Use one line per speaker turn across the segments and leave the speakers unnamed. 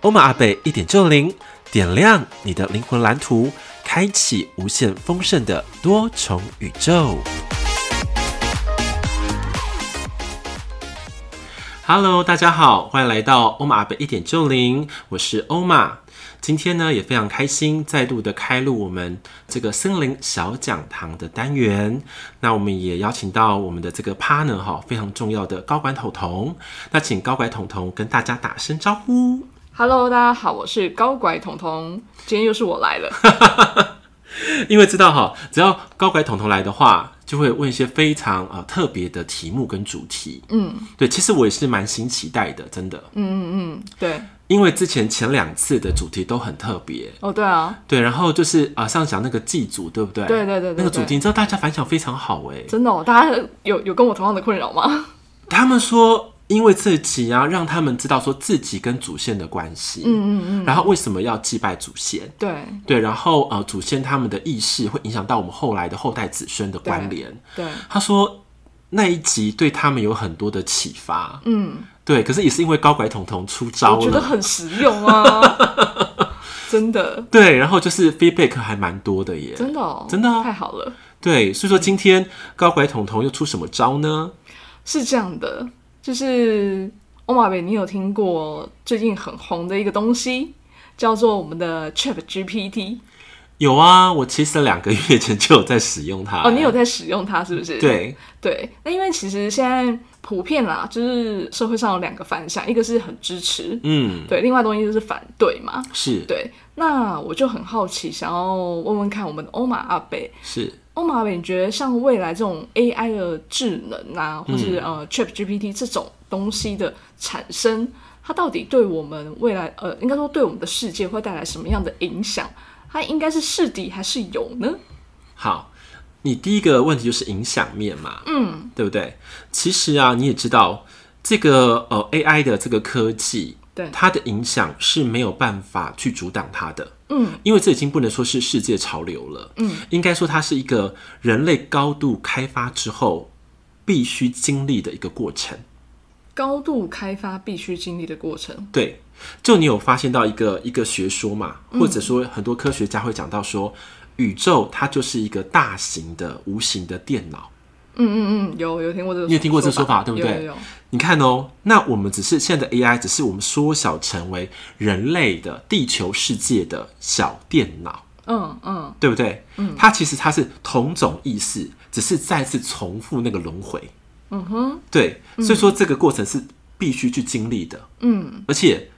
欧玛阿贝一点就灵，点亮你的灵魂蓝图，开启无限丰盛的多重宇宙。Hello，大家好，欢迎来到欧玛阿贝一点就灵，我是欧玛。今天呢，也非常开心，再度的开录我们这个森林小讲堂的单元。那我们也邀请到我们的这个 partner 哈，非常重要的高管彤彤。那请高管彤彤跟大家打声招呼。
Hello，大家好，我是高拐彤彤，今天又是我来 了。
因为知道哈，只要高拐彤彤来的话，就会问一些非常呃特别的题目跟主题。嗯，对，其实我也是蛮新期待的，真的，
对，
因为之前前两次的主题都很特别。
哦，对啊，
对，然后就是啊、呃上讲那个祭祖，对不对？
对对对对
那个主
对
题，你知道大家反响非常好哎，
真的、哦，大家有有跟我同样的困 扰吗？
他们说。因为这集啊，让他们知道说自己跟祖先的关系，嗯嗯嗯，然后为什么要祭拜祖先，
对
对，然后呃，祖先他们的意识会影响到我们后来的后代子孙的关联，
对，
他说那一集对他们有很多的启发，
嗯，
对，可是也是因为高拐彤彤出招
我觉得
了，
很实用 啊，真的，
对，然后就是 feedback 还蛮多的耶，
真的哦，
真的啊
太好了。
对，所以说今天高拐彤彤又出什么招呢？
是这样的，就是欧马贝，你有听过最近很红的一个东西，叫做我们的 Chat GPT
有啊，我其实两个月前就有在使用它，
哦，你有在使用它是不是？
哎对，
对，那因为其实现在普遍啦，就是社会上有两个反响，一个是很支持，
嗯，
对，另外东西就是反对嘛。
是
对，那我就很好奇，想要问问看我们的欧马阿贝，
是，
欧马阿贝，你觉得像未来这种 AI 的智能啊，或是、呃 Chat GPT 这种东西的产生，它到底对我们未来呃，应该说对我们的世界会带来什么样的影响？它应该是是敌还是友呢？
好。你第一个问题就是影响面嘛，嗯，对不对？其实啊，你也知道这个呃 AI 的这个科技，
对
它的影响是没有办法去阻挡它的，
嗯，
因为这已经不能说是世界潮流了，嗯，应该说它是一个人类高度开发之后必须经历的一个过程。
高度开发必须经历的过程，
对，就你有发现到一个一个学说嘛，或者说很多科学家会讲到说，宇宙它就是一个大型的无形的电脑。
嗯嗯嗯，有有听过这个，
你有听过这个说法对不
有
对
有有，
你看哦，那我们只是现在的 AI，只是我们缩小成为人类的地球世界的小电脑。
嗯嗯，
对不对？嗯，它其实它是同种意思，只是再次重复那个轮回。嗯哼，对，所以说这个过程是必须去经历的。嗯，而且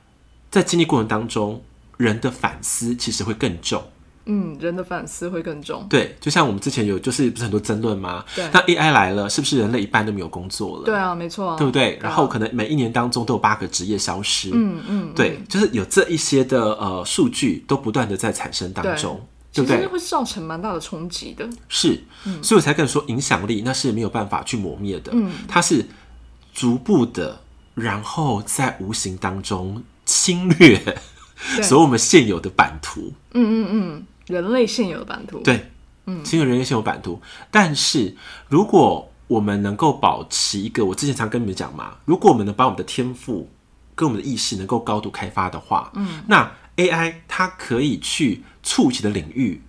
在经历过程当中，人的反思其实会更重。
嗯，人的反思会更重。
对，就像我们之前有就是不是很多争论吗？
对
那 AI 来了，是不是人类一半都没有工作了？
对啊，没错啊，
对不对？然后
啊
可能每一年当中都有八个职业消失。
嗯嗯，
对，就是有这一些的呃数据都不断的在产生当
对
中，对
其
不对？
实会嗯造成蛮大的冲击的。
是，所以我才跟你说，影响力那是没有办法去磨灭的，
嗯
它是逐步的，然后在无形当中侵略 所有我们现有的版图，
人类现有的版图，
对，侵略人类现有版图。但是如果我们能够保持一个，我之前常跟你们讲嘛，如果我们能把我们的天赋跟我们的意识能够高度开发的话，嗯，那 AI 它可以去触及的领域，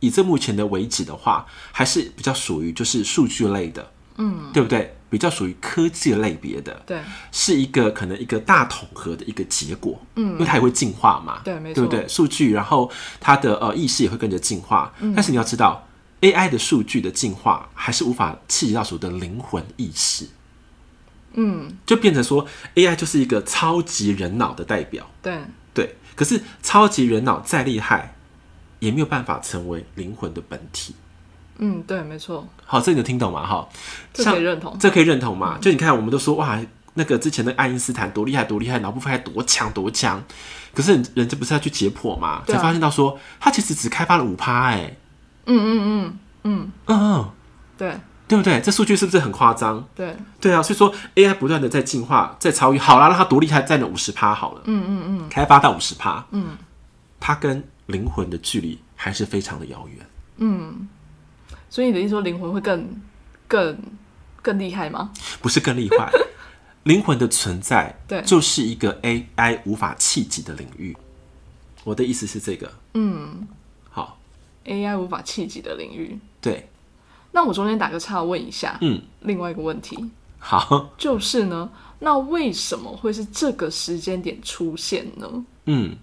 以这目前的为止的话，还是比较属于就是数据类的，嗯，对不对？比较属于科技类别的，
对
是一个可能一个大统合的一个结果，嗯，因为它也会进化嘛，
对没
对不
错
对？数据，然后它的呃意识也会跟着进化，
嗯
但是你要知道，AI 的数据的进化还是无法刺激到所谓的灵魂意识，嗯，就变成说 AI 就是一个超级人脑的代表，
对
对，可是超级人脑再厉害，也没有办法成为灵魂的本体。
嗯对，没错，
好，这你能听懂吗？哈，
这可以认同
哦这可以认同嘛？就你看，我们都说哇，那个之前的爱因斯坦多厉害多厉害，脑部分还多强多强，可是人人家不是要去解剖嘛，
对啊
才发现到说他其实只开发了五趴，哎、嗯嗯嗯嗯嗯，
对
对不对？这数据是不是很夸张？
对
对啊，所以说 AI 不断的在进化，在超越。好啦，让它多厉害，占了五十趴好了。嗯嗯嗯，开发到五十趴。嗯，它跟灵魂的距离还是非常的遥远。
所以你的意思说灵魂会更更更厉害吗？
不是更厉害， 灵魂的存在，
对
就是一个 AI 无法企及的领域。我的意思是这个。嗯，好，
AI 无法企及的领域。
对，
那我中间打个岔问一下，
嗯，
另外一个问题
好，
就是呢，那为什么会是这个时间点出现呢？
嗯。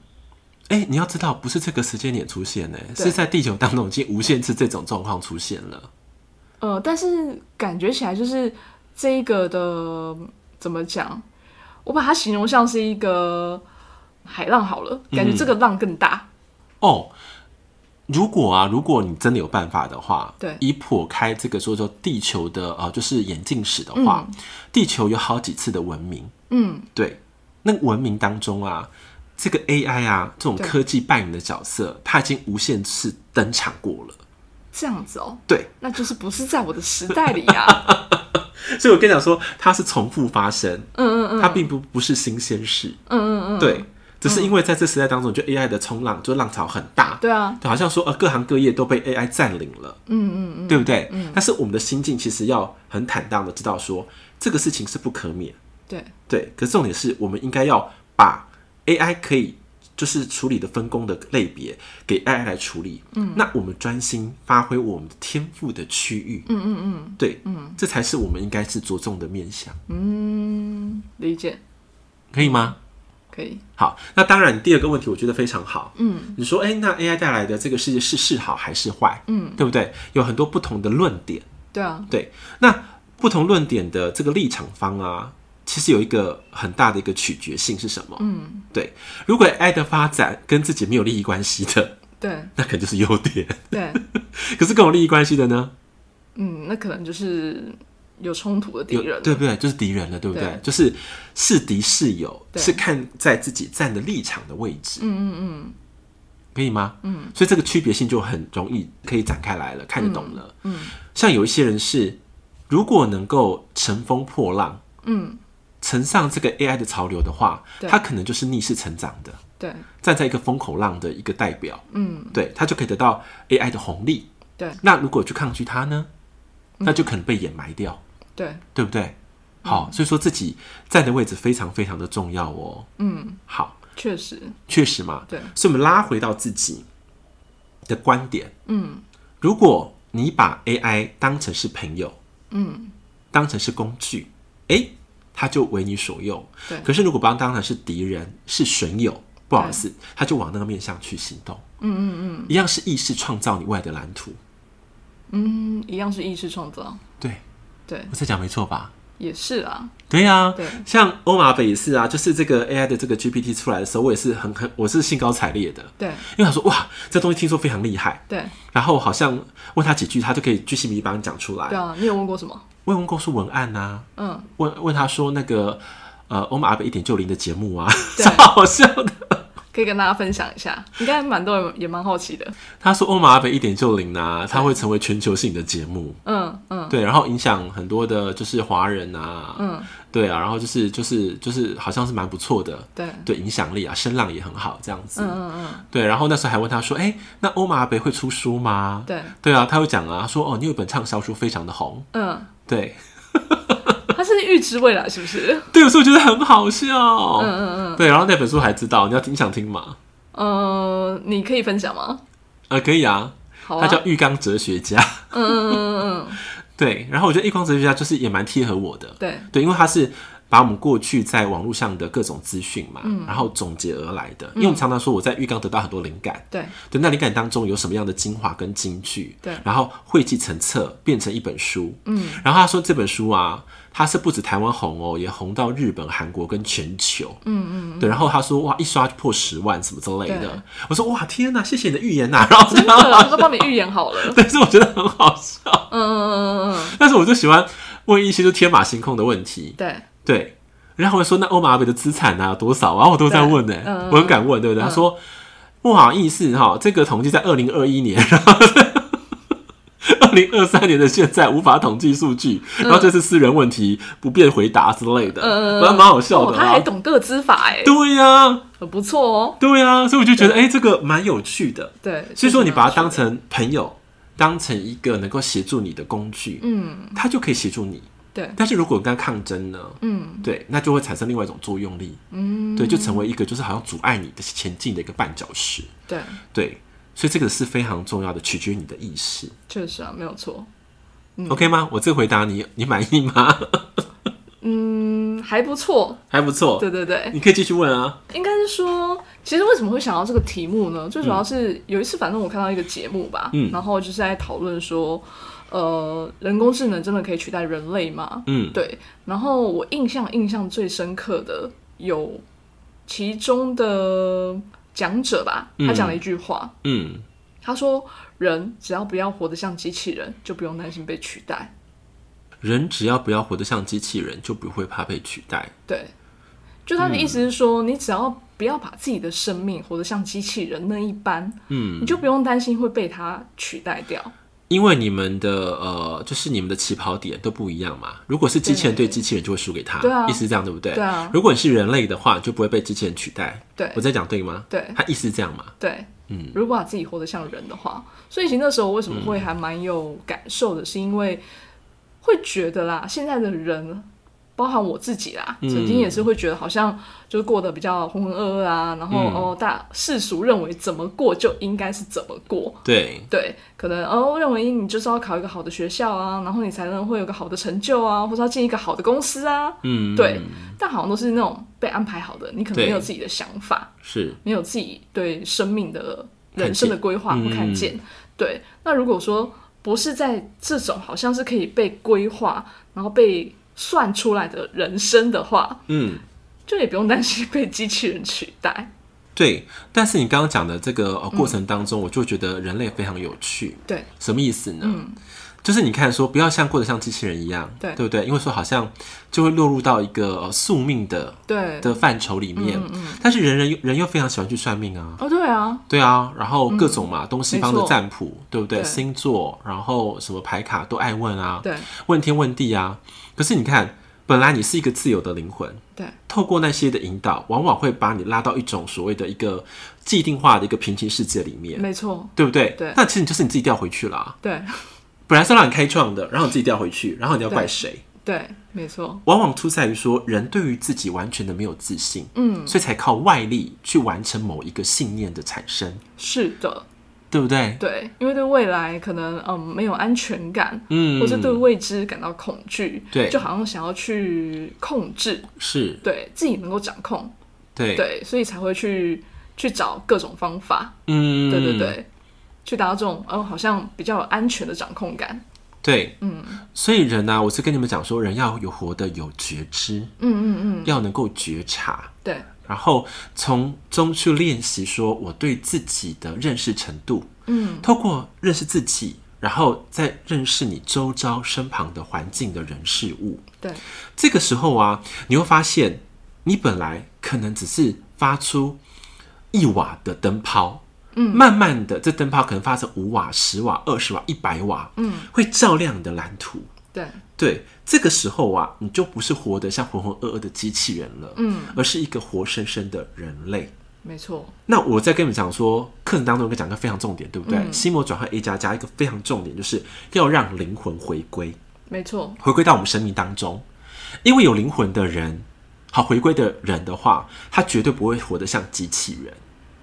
哎、你要知道，不是这个时间点出现呢、
对
是在地球当中已经无限次这种状况出现了。
呃，但是感觉起来就是这一个的怎么讲？我把它形容像是一个海浪好了，感觉这个浪更大。
哦，如果啊，如果你真的有办法的话，
对
以破开这个说说地球的呃，就是眼镜史的话，地球有好几次的文明，
嗯，
对，那个文明当中啊，这个 AI 啊，这种
对
科技扮演的角色，它已经无限次登场过了。
这样子哦，
对，
那就是不是在我的时代里呀、 啊。
所以我跟你讲说，它是重复发生，
嗯嗯嗯
它并不不是新鲜事，
嗯嗯嗯，
对，只是因为在这时代当中，就 AI 的冲浪，就浪潮很大，
对啊，
对好像说呃，各行各业都被 AI 占领了，嗯嗯嗯，对不对？但是我们的心境其实要很坦荡的知道说，这个事情是不可免，
对
对。可是重点是我们应该要把 AI 可以就是处理的分工的类别给 AI 来处理，嗯，那我们专心发挥我们的天赋的区域，嗯嗯嗯，对，嗯，这才是我们应该是着重的面向，
理解，
可以吗？
可以。
好，那当然，第二个问题我觉得非常好。嗯，你说，哎、那 AI 带来的这个世界是是好还是坏？嗯，对不对？有很多不同的论点。
对啊，
对，那不同论点的这个立场方啊，其实有一个很大的一个取决性是什么？嗯，对。如果 AI 的发展跟自己没有利益关系的，
对
那可能就是优点；
对，
可是跟我利益关系的呢，
嗯，那可能就是有冲突的敌
有
人了。
对不对？就是敌人了，对不对？
对
就是是敌是友，
对
是看在自己站的立场的位置。嗯嗯嗯，可以吗？嗯，所以这个区别性就很容易可以展开来了，看得懂了。嗯，像有一些人是，如果能够乘风破浪，
嗯，
乘上这个 AI 的潮流的话，
对
他可能就是逆势成长的，
对
站在一个风口浪的一个代表。嗯，对，他就可以得到 AI 的红利。
对
那如果去抗拒它呢，那就可能被掩埋掉。
对，
对不对？好，所以说自己站的位置非常非常的重要哦。
嗯，
好，
确实，
确实嘛。
对
所以我们拉回到自己的观点。嗯，如果你把 AI 当成是朋友，嗯，当成是工具，诶，它就为你所用。
对
可是如果把它当成是敌人、是损友，不好意思，它就往那个面向去行动。嗯嗯嗯，一样是意识创造你未来的蓝图。
嗯，一样是意识创造，
对
对，
我在讲没错吧？
也是啊，
对呀、
对
像欧马北也是啊，就是这个 AI 的这个 GPT 出来的时候，我也是很很，我是兴高采烈的，
对
因为他说哇，这东西听说非常厉害，
对
然后好像问他几句，他就可以居心迷帮你讲出
对
来。
啊，你有问过什么？
问问公司文案呐、
嗯，
问问他说那个呃欧马北一点九零的节目啊，
对
超好笑的。
可以跟大家分享一下，应该蛮多人也蛮好奇的。
他说欧马北一点九零呢，它会成为全球性的节目，
嗯嗯，
对，然后影响很多的就是华人啊，
嗯，
对啊，然后就是就是就是好像是蛮不错的，
对，
对影响力啊，声浪也很好，这样子。
嗯嗯嗯，
对，然后那时候还问他说：“哎、那欧马阿贝会出书吗？”
对，
对啊，他会讲啊，说哦，你有一本畅销书非常的红。
嗯，
对，
他是预知未来是不是？
对，所以我觉得很好笑。
嗯嗯嗯，
对，然后那本书还知道，你要听想听吗？
呃，你可以分享吗？
呃，可以啊，
好
他
啊，
叫《浴缸哲学家》。
嗯嗯嗯嗯嗯，
对，然后我觉得《浴缸哲学家》就是也蛮贴合我的。
对
对，因为他是把我们过去在网络上的各种资讯嘛，
嗯
然后总结而来的。因为我们常常说我在浴缸得到很多灵感，
对
对，那灵感当中有什么样的精华跟金句？
对
然后汇集成册，变成一本书。嗯，然后他说这本书啊，它是不止台湾红哦，也红到日本、韩国跟全球。嗯嗯，对。然后他说哇，一刷就破十万什么之类
对
的。我说哇，天哪，谢谢你的预言呐、 然后这
真的，
样，
我都帮你预言好了。
但是我觉得很好笑。
嗯嗯嗯嗯嗯，
但是我就喜欢问一些就天马行空的问题。
对
对，然后我说那欧马贝的资产啊多少啊，我都在问呢、
对嗯
我很敢问，对不对？他说不好意思哈，这个统计在二零二一年，然后 二零二三年的现在无法统计数据，然后
嗯
这是私人问题，不便回答之类的，
呃，
蛮蛮好笑
哦
的
他还
啊。
懂个资法哎，
对呀、
很不错哦。
对呀、所以我就觉得哎、这个蛮有趣的。
对，
所以说你把它当
成
成朋友，当成一个能够协助你的工具，
嗯，
它就可以协助你。
对，
但是如果跟它抗争呢，
嗯
对，那就会产生另外一种作用力，
嗯，
对，就成为一个就是好像阻碍你的前进的一个绊脚石，
对，
对，所以这个是非常重要的，取决于你的意识、
确实啊，没有错。
o k 吗？我这个回答你，你满意吗？
嗯，还不错。
还不错，
对对对，
你可以继续问啊，
应该是说，其实为什么会想到这个题目呢？最主要是有一次，反正我看到一个节目吧，
嗯
然后就是在讨论说，呃，人工智能真的可以取代人类吗？
嗯，
对。然后我印象印象最深刻的有其中的讲者吧，他讲了一句话，
嗯，
他说：“人只要不要活得像机器人，就不用担心被取代。
人只要不要活得像机器人，就不会怕被取代。”
对，就他的意思是说，你只要不要把自己的生命活得像机器人那一般，
嗯，
你就不用担心会被它取代掉。
因为你们的呃，就是你们的起跑点都不一样嘛。如果是机器人对机器人，就会输给他，
对啊
意思是这样对不对？
对啊
如果你是人类的话，你就不会被机器人取代。
对
我在讲对吗？
对
他意思是这样嘛？
对，
嗯，
如果把自己活得像人的话，所以其实那时候为什么会还蛮有感受的，是因为会觉得啦，现在的人。包含我自己啦，
嗯
曾经也是会觉得好像就是过得比较浑浑噩噩啊，然后、
嗯
哦，大世俗认为怎么过就应该是怎么过，
对，
对，可能哦认为你就是要考一个好的学校啊，然后你才能会有个好的成就啊，或者要进一个好的公司啊，
嗯，
对，但好像都是那种被安排好的，你可能
对
没有自己的想法，
是，
没有自己对生命的
见
人生的规划
嗯
或看见。对，那如果说不是在这种好像是可以被规划，然后被算出来的人生的话，
嗯，
就也不用担心被机器人取代。
对。但是你刚刚讲的这个、
嗯
呃、过程当中，我就觉得人类非常有趣。
对，
什么意思呢？就是你看说不要像过得像机器人一样，
嗯对
对不对？因为说好像就会落入到一个、呃、宿命的
对，嗯
的范畴里面。但是人人又人又非常喜欢去算命啊。
哦，对啊，
对啊，然后各种嘛，东西方的
嗯没错
占卜，对不对？
对
星座，然后什么牌卡都爱问啊，
对
问天问地啊。可是你看，本来你是一个自由的灵魂，
对
透过那些的引导，往往会把你拉到一种所谓的一个既定化的一个平行世界里面，
没错，
对不对？
对
那其实你就是你自己掉回去了啊、
对
本来是让你开创的，然后你自己掉回去，然后你要怪
对
谁？
对，没错，
往往出在于说，人对于自己完全的没有自信，
嗯，
所以才靠外力去完成某一个信念的产生，
是的。
对不对？
对，因为对未来可能嗯没有安全感，
嗯
或是对未知感到恐惧，
对
就好像想要去控制，
是，
对自己能够掌控，
对，
对，所以才会去去找各种方法，
嗯，
对对对，去达到这种嗯好像比较有安全的掌控感，
对，
嗯
所以人呢、啊我是跟你们讲说，人要有活得有觉知，
嗯嗯嗯，
要能够觉察，
对
然后从中去练习说我对自己的认识程度，
嗯
透过认识自己，然后再认识你周遭身旁的环境的人事物。
对
这个时候啊，你会发现，你本来可能只是发出一瓦的灯泡，嗯，慢慢的这灯泡可能发成五瓦、十瓦、二十瓦、一百瓦，嗯，会照亮你的蓝图。
对
对，这个时候啊，你就不是活得像浑浑噩噩的机器人了，
嗯，
而是一个活生生的人类。
没错，
那我在跟你们讲说，课程当中有讲一个非常重点，对不
嗯
对？心魔转换 A 加加一个非常重点，就是要让灵魂回归，
没错，
回归到我们生命当中。因为有灵魂的人，好回归的人的话，他绝对不会活得像机器人。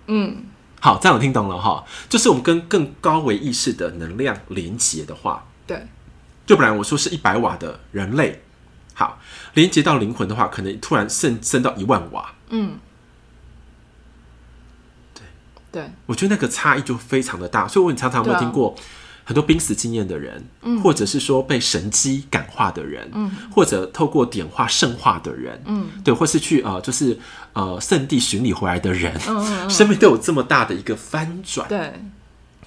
嗯
好，这样我听懂了哈，就是我们跟更高维意识的能量连接的话，
对
就本来我说是一百瓦的人类，好，连接到灵魂的话，可能突然升升到一万瓦，
嗯对
我觉得那个差异就非常的大。所以我很常常会
对啊嗯
听过很多濒死经验的人，或者是说被神机感化的人，或者透过点化圣化的人，
嗯
对，或是去呃就是呃圣地巡礼回来的人，
嗯
生命都有这么大的一个翻转，
对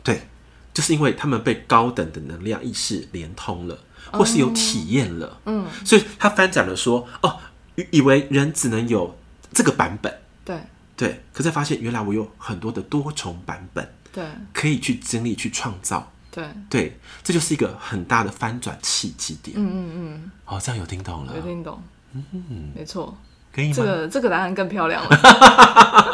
对，就是因为他们被高等的能量意识连通了，或是有体验了，
哦嗯
所以他翻转了说，哦，以以为人只能有这个版本，
对
对，可是发现原来我有很多的多重版本
对
可以去经历、去创造。
对，
对，这就是一个很大的翻转契机点。嗯嗯嗯。哦，这样有听懂了
有，听懂，嗯，没错，
可以
这
吗？
个 这个答案更漂亮 了，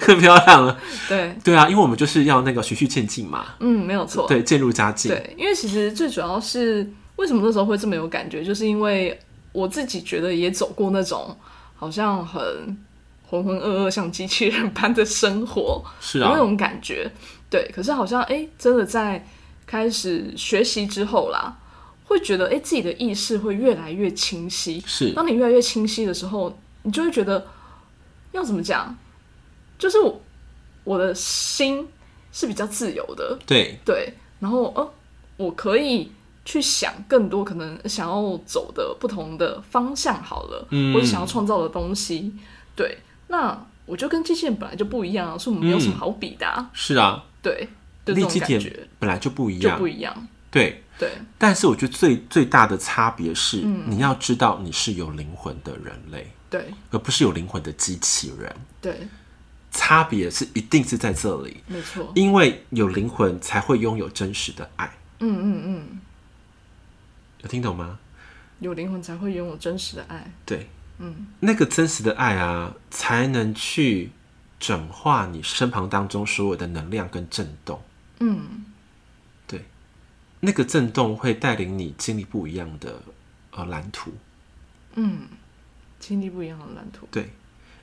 更漂亮了。
对，
对啊，因为我们就是要那个循序渐进嘛，
嗯，没有错，
对，渐入佳境。
对，因为其实最主要是为什么那时候会这么有感觉，就是因为我自己觉得也走过那种好像很浑浑噩噩、像机器人般的生活，
是
有
啊
那，种感觉。对，可是好像哎、诶真的在开始学习之后啦，会觉得哎、诶自己的意识会越来越清晰。
是
当你越来越清晰的时候，你就会觉得要怎么讲，就是我我的心是比较自由的，
对，
对，然后呃，我可以去想更多可能想要走的不同的方向好了，
嗯
或者想要创造的东西，对，那我就跟机器人本来就不一样啊，所以我们没有什么好比的、啊
是啊，
对，就这
嗯立
种
基
感
点
觉
本来就不一
就
样
不，一样，
对。
对，
但是我觉得最最大的差别是，你要知道你是有灵魂的人类，
对，
而不是有灵魂的机器人。
对，
差别是一定是在这里，
没错，
因为有灵魂才会拥有真实的爱。
嗯嗯嗯，
有听懂吗？
有灵魂才会拥有真实的爱，
对，嗯，那个真实的爱啊，才能去转化你身旁当中所有的能量跟震动。
嗯，
对，那个震动会带领你经历不一样的呃蓝图。
经历不一样的蓝图，
对，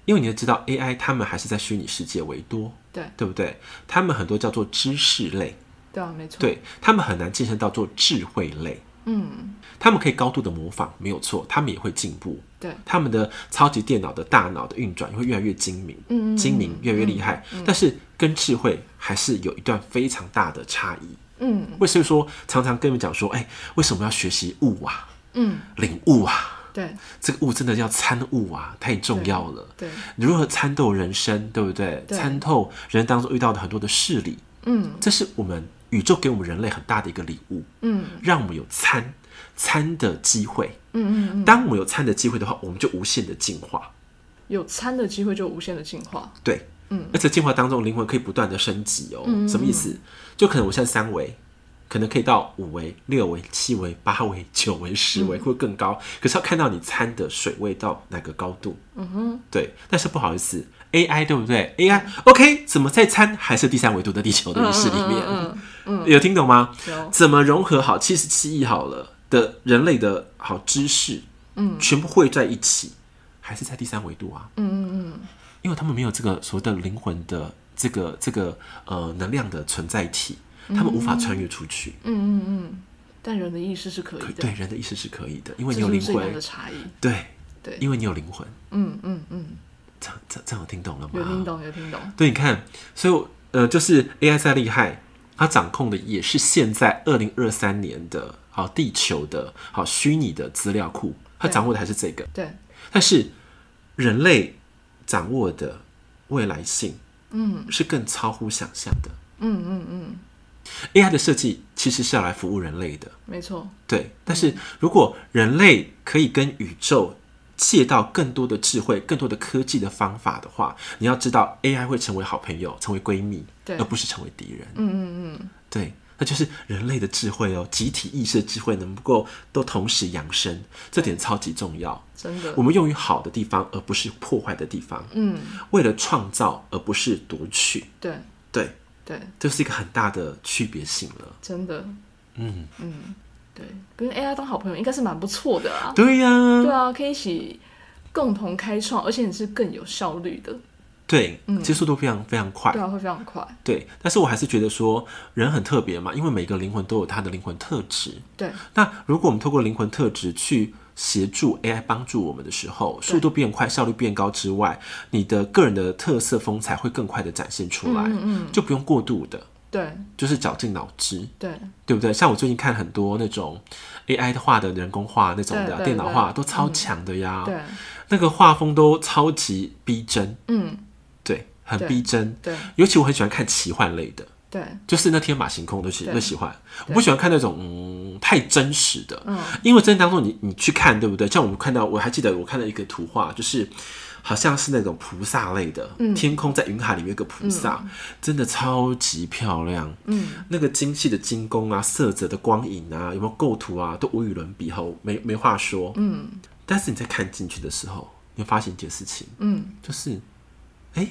因为你要知道，AI 他们还是在虚拟世界为多，
对，
对不对？他们很多叫做知识类，
对啊，没错，，
对他们很难晋升到做智慧类。
嗯，
他们可以高度的模仿，没有错，他们也会进步。
对，
他们的超级电脑的大脑的运转也会越来越精明，
嗯嗯嗯嗯
精明越来越厉害，但是跟智慧还是有一段非常大的差异。
嗯
为什么说常常跟你们讲说，哎、为什么要学习悟啊、
嗯，
领悟啊？
对，
这个悟真的要参悟啊，太重要了。
对，
你如何参透人生，对不对？
对
参透人当中遇到的很多的事理，
嗯
这是我们宇宙给我们人类很大的一个礼物，
嗯
让我们有参参的机会。
嗯嗯嗯，
当我们有参的机会的话，我们就无限的进化。
有参的机会就无限的进化，
对，
嗯，
而且进化当中灵魂可以不断的升级哦。什么意思？就可能我现在三维，可能可以到五维、六维、七维、八维、九维、十
嗯
维，或更高。可是要看到你参的水位到哪个高度。嗯哼，对。但是不好意思，AI 对不对？AI OK，怎么再参还是第三维度的地球的意识里面？
嗯
有听懂吗？
有
怎么融合好七十七亿好了的人类的好知识，嗯，全部汇在一起，还是在第三维度啊？嗯嗯嗯，因为他们没有这个所谓的灵魂的这个这个呃能量的存在体，
嗯
他们无法穿越出去。
但人的意识是可
可
以的，
对人的意识是可以的，因为
这
你有
就是
灵
最大的
魂，
差异。
对
对
因为你有灵魂。
嗯嗯嗯，
这样这这样我听懂了吗？
有听懂，有听懂。
对，你看，所以我呃，就是 AI 再厉害，它掌控的也是现在二零二三年的好地球的好虚拟的资料库，它
对
掌握的还是这个，
对，
但是人类掌握的未来性，嗯，是更超乎想象的。
嗯嗯嗯，
AI 的设计其实是要来服务人类的，
没错。
对，但是如果人类可以跟宇宙借到更多的智慧、更多的科技的方法的话，你要知道 AI 会成为好朋友、成为闺蜜，
对
而不是成为敌人。
嗯嗯嗯，
对，那就是人类的智慧哦，集体意识的智慧能够都同时扬升，这点超级重要。
真的
我。们用于好的地方，而不是破坏的地方；
嗯，
为了创造，而不是夺取。
对
对，
对，
这是一个很大的区别性了。
真的。
嗯，
对，跟 AI 当好朋友应该是蛮不错的啊。
对呀、
对啊，可以一起共同开创，而且你是更有效率的。
对，
嗯
其实速度非常非常快
对。啊，会非常快。
对，但是我还是觉得说人很特别嘛，因为每个灵魂都有他的灵魂特质。
对
那如果我们透过灵魂特质去协助 AI 帮助我们的时候，速度变快、效率变高之外，你的个人的特色风采会更快的展现出
嗯
来，就不用过度的，
对
就是绞尽脑汁。
对
对不对？像我最近看很多那种 AI 画的人工画那种的啊、
对对
电脑画
对嗯
都超强的呀，
对，
那个画风都超级逼真，
嗯
对，很
对
逼真。
对
尤其我很喜欢看奇幻类的，
对，
就是那天马行空，对不起，
对
那喜欢。我不喜欢看那种嗯太真实的，
嗯
因为真的当中你你去看，对不对？像我们看到，我还记得我看到一个图画，就是好像是那种菩萨类的，
嗯
天空在云海里面有个菩萨，真的超级漂亮。嗯，那个精细的精工啊，色泽的光影啊，有没有构图啊，都无与伦比，吼，没没话说。嗯，但是你在看进去的时候，你会发现一件事情，
嗯，
就是，哎、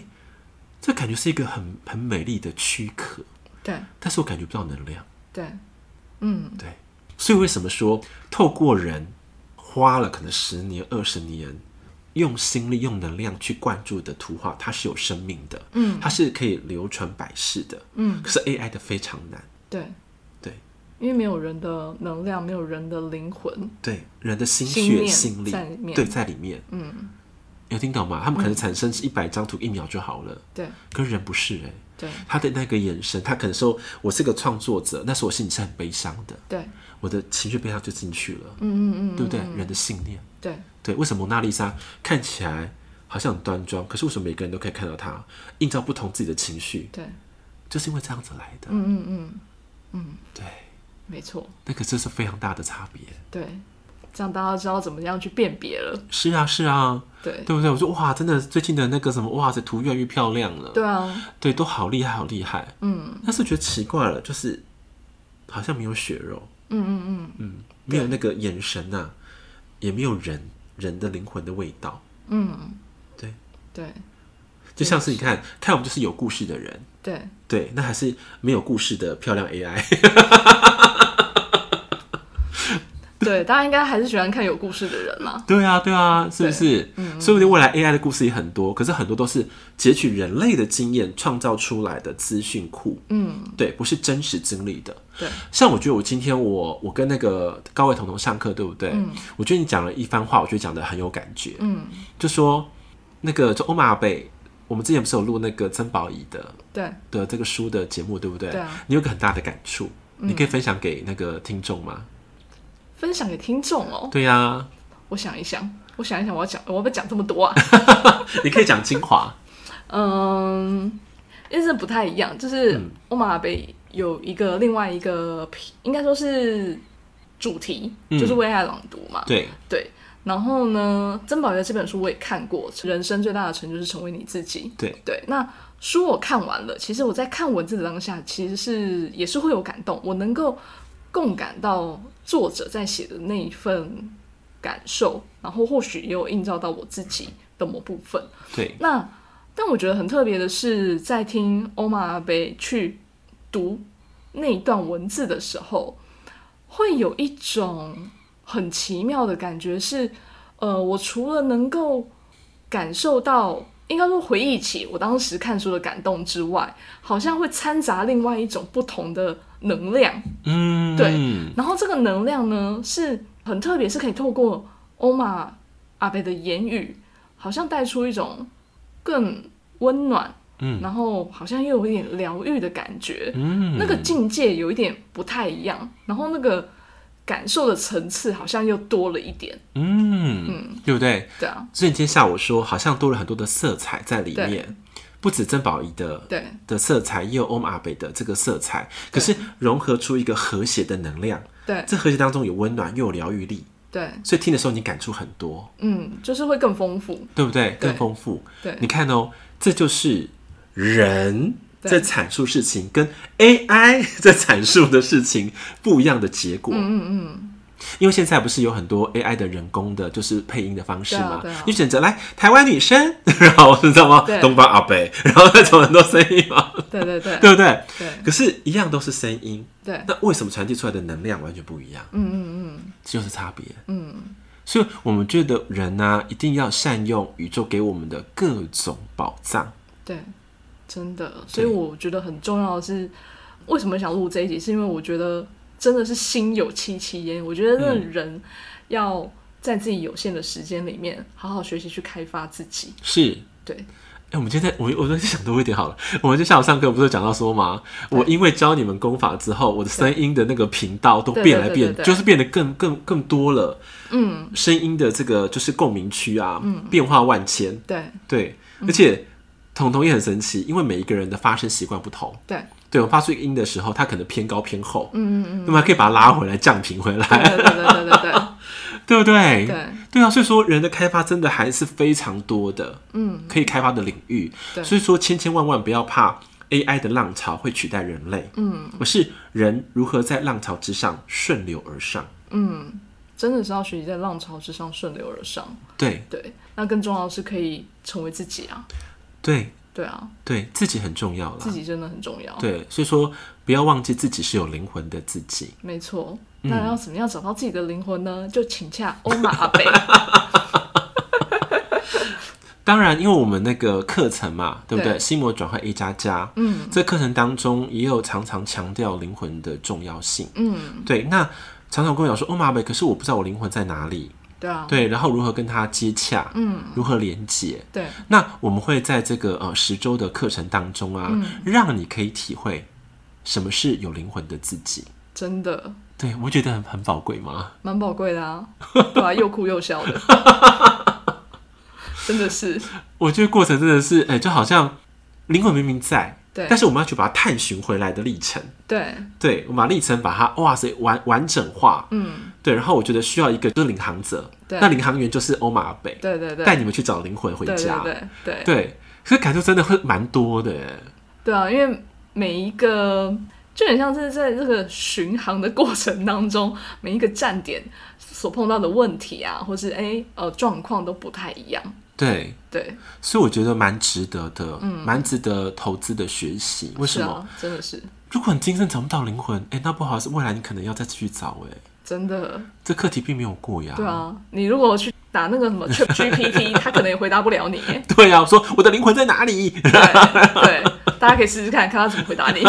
这感觉是一个很很美丽的躯壳。
对
但是我感觉不到能量。
对，
对，所以为什么说透过人花了可能十年、二十年，用心力、用能量去灌注的图画，它是有生命的，嗯，它是可以流传百世的，嗯。可是 AI 的非常难，
对，
对
因为没有人的能量，没有人的灵魂，
对，人的心
心
血、
念
心力
在里面嗯
对在里面，嗯，有听懂吗？他们可能产生是一百张图一秒就好了，
对
可是人不是哎、
对
他的那个眼神，他可能说：“我是个创作者，那时候我心里是很悲伤的，
对
我的情绪悲伤就进去了，嗯嗯嗯，对不对？人的信念，
对
对，为什么蒙娜丽莎看起来好像很端庄，可是为什么每个人都可以看到她映照不同自己的情绪，
对，
就是因为这样子来的。嗯嗯嗯嗯，对，
没错，
那个就是非常大的差别。
对，这样大家知道怎么样去辨别了。
是啊，是啊，
对
对不对？我说哇，真的最近的那个什么哇，这图越来越漂亮了，
对啊，
对，都好厉害，好厉害。嗯，但是觉得奇怪了，就是好像没有血肉，嗯嗯嗯嗯，没有那个眼神呐、也没有人人的灵魂的味道。嗯，对，
对
就像是你看看我们就是有故事的人，
对，
对，那还是没有故事的漂亮 AI。
对， 大家应该还是喜欢看有故事的人啦。
对啊，对啊，是不是？说不定未来 AI 的故事也很多，可是很多都是截取人类的经验创造出来的资讯库。嗯，对，不是真实经历的。
对，
像我觉得我今天我我跟那个高伟彤彤上课，对不对？我觉得你讲了一番话，我觉得讲的很有感觉。
嗯，
就说那个就欧玛贝，我们之前不是有录那个曾宝仪的
对
的这个书的节目，对不对？
对啊嗯
你有个很大的感触，你可以分享给那个听众吗？
分享给听众哦。
对呀、啊
我想一想，我想一想，我要讲，我要不要讲这么多 啊？
你可以讲精 华。
嗯，因为这不太一样，就是欧马贝有一个另外一个，应该说是主题，就是为爱朗读嘛。
对，
对。然后呢，《珍宝月》这本书我也看过，人生最大的成就是成为你自己。
对
对，那书我看完了，其实我在看文字的当下，其实是也是会有感动，我能够共感到作者在写的那一份感受，然后或许也有映照到我自己的某部分。
对，
那但我觉得很特别的是，在听欧玛阿贝去读那一段文字的时候，会有一种很奇妙的感觉是，呃，我除了能够感受到，应该说回忆起我当时看书的感动之外，好像会掺杂另外一种不同的能量。
嗯，
对然后这个能量呢是很特别，是可以透过欧玛阿贝的言语，好像带出一种更温暖，
嗯，
然后好像又有一点疗愈的感觉，
嗯，
那个境界有一点不太一样，然后那个感受的层次好像又多了一点，
嗯，对不对？
对啊，
所以你今天下午说，好像多了很多的色彩在里面，不止曾宝仪的
对
的色彩，也有欧玛北的这个色彩，可是融合出一个和谐的能量。
对
这和谐当中有温暖，又有疗愈力，
对，
所以听的时候你感触很多，
嗯，就是会更丰富，
对不对？
对
更丰富。
对
你看哦，这就是人
对
在阐述事情跟 AI 在阐述的事情不一样的结果。嗯嗯因为现在不是有很多 AI 的人工的，就是配音的方式嘛？
对啊对啊
你选择来台湾女生， 然后你知道吗
对？
东方阿北，然后那种很多声音嘛，
对对对
对不对？
对
可是，一样都是声音，
对
那为什么传递出来的能量完全不一样？嗯嗯嗯，就是差别。嗯，所以我们觉得人呢、一定要善用宇宙给我们的各种宝藏。
对，真的，所以我觉得很重要的是，为什么想录这一集，是因为我觉得真的是心有戚戚焉。我觉得那人要在自己有限的时间里面，好好学习去开发自己。
是，
对，
哎、我们今天我我在想多一点好了。我们就下午上课不是讲到说嘛，我因为教你们功法之后，我的声音的那个频道都
对
变来
对对
变，
对对
就是变得更更更多了。嗯，
嗯
声音的这个就是共鸣区啊，变化万千。
对，
对，而且。彤彤也很神奇，因为每一个人的发声习惯不同，
对，
对我发出一个音的时候，它可能偏高偏厚，嗯嗯嗯，那么还可以把它拉回来降平回
对
来，
对对对对对
对不对？
对对，
对啊，所以说人的开发真的还是非常多的，嗯，可以开发的领域。
对
所以说千千万万不要怕 AI 的浪潮会取代人类，嗯，而是人如何在浪潮之上顺流而上。
真的是要学习在浪潮之上顺流而上。
对
对，那更重要的是可以成为自己啊，
对
对啊，
对，自己很重要
自
啦。
己真的很重要。
对，所以说不要忘记自己是有灵魂的自己。
没错，那要怎么样找到自己的灵魂呢？就请洽欧玛阿贝。
当然，因为我们那个课程嘛，对不对？
对
心魔转换 A 加加，
嗯，
这课程当中也有常常强调灵魂的重要性。
嗯，
对，那常常跟我讲说，哦，马北，可是我不知道我灵魂在哪里。
对啊，
对，然后如何跟他接洽，嗯，如何连接。
对
那我们会在这个呃十周的课程当中啊，
嗯
让你可以体会什么是有灵魂的自己。
真的
对，我觉得很很宝贵嘛。
蛮宝贵的啊， 对啊，又哭又笑的， 真的是
我觉得过程真的是，哎、就好像灵魂明明在，
对
但是我们要去把它探寻回来的历程。
对，
对，我们把历程把它哇塞完完整化，
嗯，
对，然后我觉得需要一个就是领航者，
对
那领航员就是欧马北，
对对对，
带你们去找灵魂回
对对
家，
对对
对，所以感受真的会蛮多的耶，
对啊，因为每一个就很像是在这个巡航的过程当中， 每一个站点所碰到的问题啊，或是哎、呃状况都不太一样。
对，
对，
所以我觉得蛮值得的，蛮值得投资的学习。为什
嗯是
么？
啊，真的是
如果你今生找不到灵魂，哎、那不好意思，未来你可能要再继续找，哎，
真的。
这课题并没有过呀。
对啊，你如果去打那个什么 Chat GPT，他可能也回答不了你。哎
对啊，我说我的灵魂在哪里？
对对，大家可以试试看，看他怎么回答 你。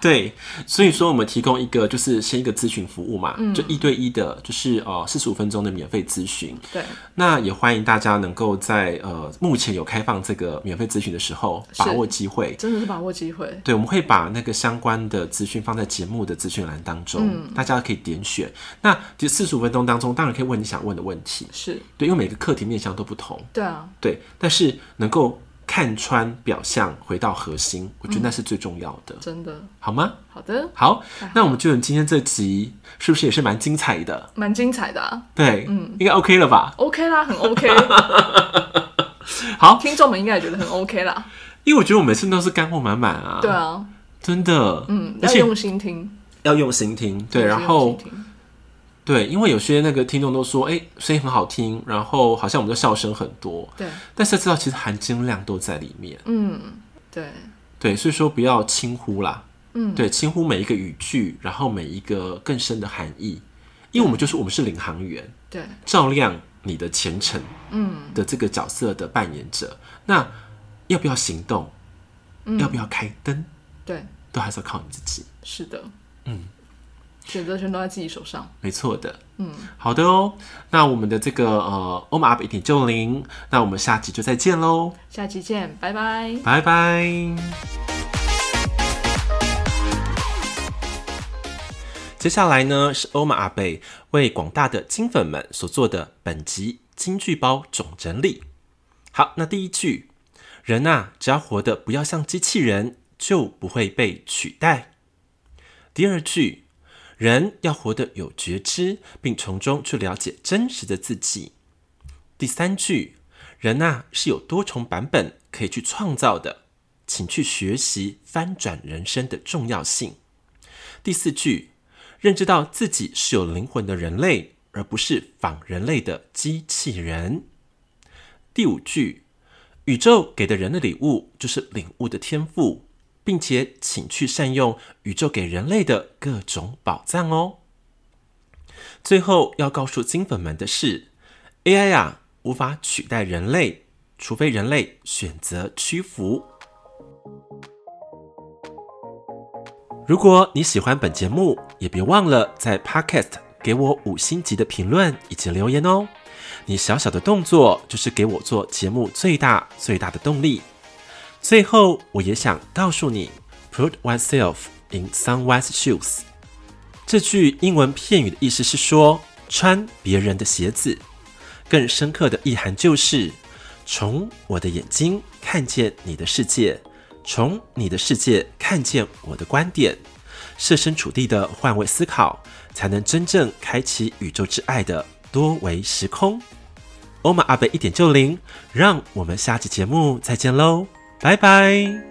对，所以说我们提供一个就是先一个咨询服务嘛，就一对一的，就是呃四十五分钟的免费咨询。
对，
那也欢迎大家能够在呃目前有开放这个免费咨询的时候，
是
把握机会。
真的是把握机会。
对，我们会把那个相关的资讯放在节目的资讯栏当中，大家可以点选。那这四十五分钟当中，当然可以问你想问的问题，
是，
对，因为每个课题面向都不同，
对啊，
对，但是能够看穿表象，回到核心，我觉得那是最重要的，
真的。
好吗？
好的，
好，那我们就今天这集是不是也是蛮精彩的？
蛮精彩的啊。
对，嗯，应该 OK 了吧？
OK 啦，很 OK，
好，
听众们应该也觉得很 OK 啦。
因为我觉得我每次都是干货满满啊，
对，啊，
真的，
嗯，
而
要
且
用心听。
要用心听，对，然后对，因为有些那个听众都说，哎、声音很好听，然后好像我们的笑声很多，
对，
但是要知道其实含金量都在里面，
嗯，对，
对，所以说不要轻忽啦，
嗯，
对，轻忽每一个语句，然后每一个更深的含义，因为我们就是我们是领航员，
对，
照亮你的前程
嗯，
的这个角色的扮演者，那要不要行动，
嗯
要不要开灯，
对，
都还是要靠你自己，
是的，嗯，选择权都在自己手上。
没错的。
嗯，
好的哦，那我们的这个呃欧玛 up 一点就零，那我们下集就再见喽，
下期见，拜拜。
拜拜。接下来呢是欧玛阿贝为广大的金粉们所做的本集金句包总整理。好，那第一句，人呐、只要活得不要像机器人，就不会被取代。第二句，人要活得有觉知，并从中去了解真实的自己。第三句，人呐、是有多重版本可以去创造的，请去学习翻转人生的重要性。第四句，认知到自己是有灵魂的人类，而不是仿人类的机器人。第五句，宇宙给的人的礼物就是领悟的天赋，并且请去善用宇宙给人类的各种宝藏哦。最后要告诉金粉们的是，AI 呀、无法取代人类，除非人类选择屈服。如果你喜欢本节目，也别忘了在 Podcast 给我五星级的评论以及留言哦。你小小的动作就是给我做节目最大最大的动力。最后，我也想告诉你，Put oneself in someone's shoes。这句英文片语的意思是说穿别人的鞋子，更深刻的意涵就是从我的眼睛看看见你的世界，从你的世界看见我的观点，设身处地的换位思考，才能真正开启宇宙之爱的多维时空。欧玛阿贝一点就灵，让我们下期节目再见喽，拜拜。